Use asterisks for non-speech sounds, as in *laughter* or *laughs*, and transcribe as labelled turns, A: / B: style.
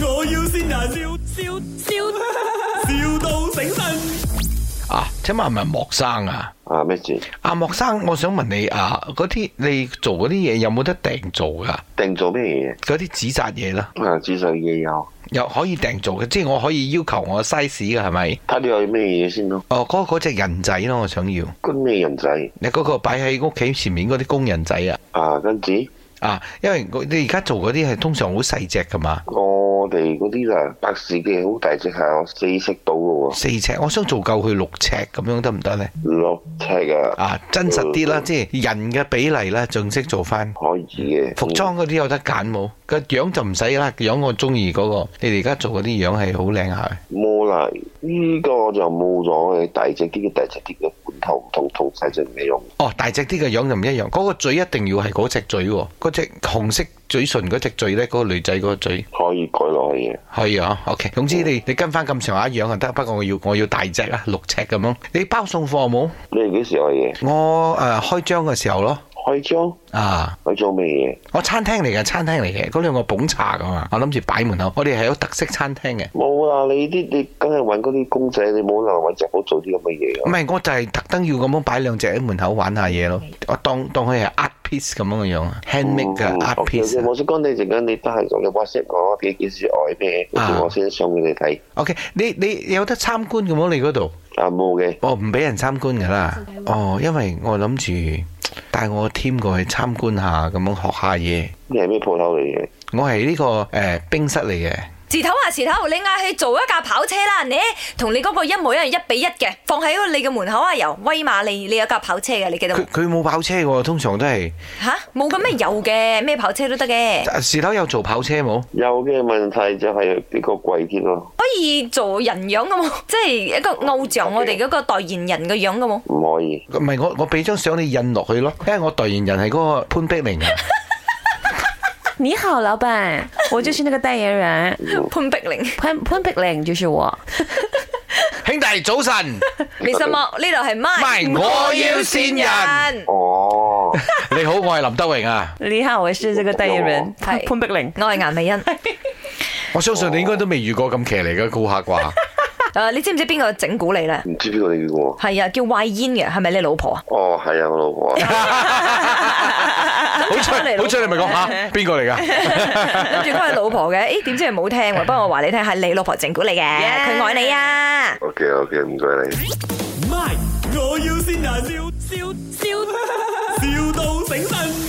A: 要先人，笑笑笑，,笑到醒神。
B: 啊，請問係咪莫生啊？
C: 啊咩事？
B: 阿莫生，我想問你啊，嗰啲你做嗰啲嘢有冇得訂做噶？
C: 定做咩嘢？
B: 嗰啲紙紮嘢啦，
C: 啊，紙上嘢有，
B: 又可以訂做嘅，即係我可以要求我 size 嘅係咪？
C: 睇你有咩嘢先咯。
B: 哦，嗰嗰只人仔咯，我想要。
C: 跟咩人仔？
B: 你嗰個擺喺屋企前面嗰啲工人仔啊，
C: 啊，跟住
B: 啊，因為我你而家做嗰啲係通常好細隻噶嘛，
C: 我哋嗰啲啊，百事嘅好大隻係我四色到嘅喎，
B: 四尺，我想做夠佢六尺咁樣得唔得呢？
C: 六尺啊，
B: 啊，真實啲啦，即係人嘅比例啦，盡識做翻。
C: 可以嘅。
B: 服裝嗰啲有得揀冇，個樣就唔使啦，樣我中意嗰個。你哋而家做嗰啲樣係好靚下，
C: 冇嗯啦，呢、個就冇咗嘅，大隻啲嘅大隻啲嘅罐頭唔同同細隻唔一樣。
B: 哦，大隻啲嘅樣就唔一樣。嗰、個嘴一定要係嗰隻嘴喎，嗰隻紅色嘴唇嗰隻嘴呢，嗰、個女仔嗰個嘴
C: 可以改落去嘅。
B: 係啊。OK，總之你你跟翻咁上下樣就得，不過我要我要大隻啊，六尺咁樣。你包送貨冇？
C: 你哋幾時開嘢？
B: 我誒、呃、開張嘅時候咯，
C: 開張？
B: 啊，
C: 開張咩嘢？
B: 我餐廳嚟嘅，餐廳嚟嘅，嗰兩個捧茶噶嘛，我諗住擺門口。我哋係有特色餐廳嘅。
C: 冇啦，你啲你梗係揾嗰啲公仔，你冇可能揾隻好做啲咁嘅嘢啊
B: 唔
C: 㗎。
B: 係，我就係特登要咁樣擺兩隻喺門口玩下嘢咯。我當當佢係 art piece 咁樣嘅樣啊，handmade 嘅 art
C: OK，
B: piece 啊。
C: 哦我想講你陣間你得閒咗，你 WhatsApp 我幾幾時愛咩，跟
B: 啊
C: 住我先上俾你睇。
B: OK，你你有得參觀嘅冇？你嗰度？
C: 啊冇嘅，
B: 我唔俾人參觀㗎啦。哦，因為我諗住帶我 team 過去參觀下，咁樣學下嘢。
C: 你係咩鋪頭嚟嘅？
B: 我係呢、個誒、呃冰室嚟嘅。
D: 字頭啊，字頭，你嗌佢做一架跑車啦，你同你嗰個一模一樣，一比一嘅，放喺你嘅門口啊，由威馬利，你有架跑車嘅，你記得冇
B: 佢佢冇跑車喎，通常都係
D: 吓？冇咁咩有嘅，咩跑車都得嘅，
B: 啊士頭有做跑車冇？
C: 有嘅問題就係呢個貴啲咯，
D: 可以做人樣嘅冇，
B: *laughs*
D: 即係一個偶像我哋嗰個代言人嘅樣嘅冇。
C: 唔可以。
B: 唔係我我俾張相你印落去咯，因為我代言人係嗰個潘碧玲啊。
E: 你好，老 *laughs* 板，我就是那个代言人
D: 潘碧玲，
E: 潘潘碧玲，就是我。
B: 兄弟早晨。
D: 你心啊望呢度係咪？
B: 咪我要線人，
C: 哦，
B: 你好，我係林德榮啊！
E: 你好，我是这个代言人 *laughs* 潘
D: 嗨
E: 潘碧玲。
D: 我係
B: *laughs*
D: 顏美欣。
B: 我相信你應該都未遇過咁騎呢嘅顧客啩？
D: 誒，啊你知唔知邊個整蠱你咧？
C: 唔知邊個嚟嘅喎？
D: 係啊，叫慧煙嘅，係咪你老婆啊？
C: 哦，係啊，我老婆啊。
B: 好彩好彩你咪講吓邊啊個嚟㗎？
D: 諗 *laughs* 住佢係老婆嘅，誒點知係冇聽喎？不過我話你聽，係你老婆整蠱你嘅，佢愛你啊！
C: OK OK，唔該你。
A: 咪我要先人，笑笑笑，,笑到醒神。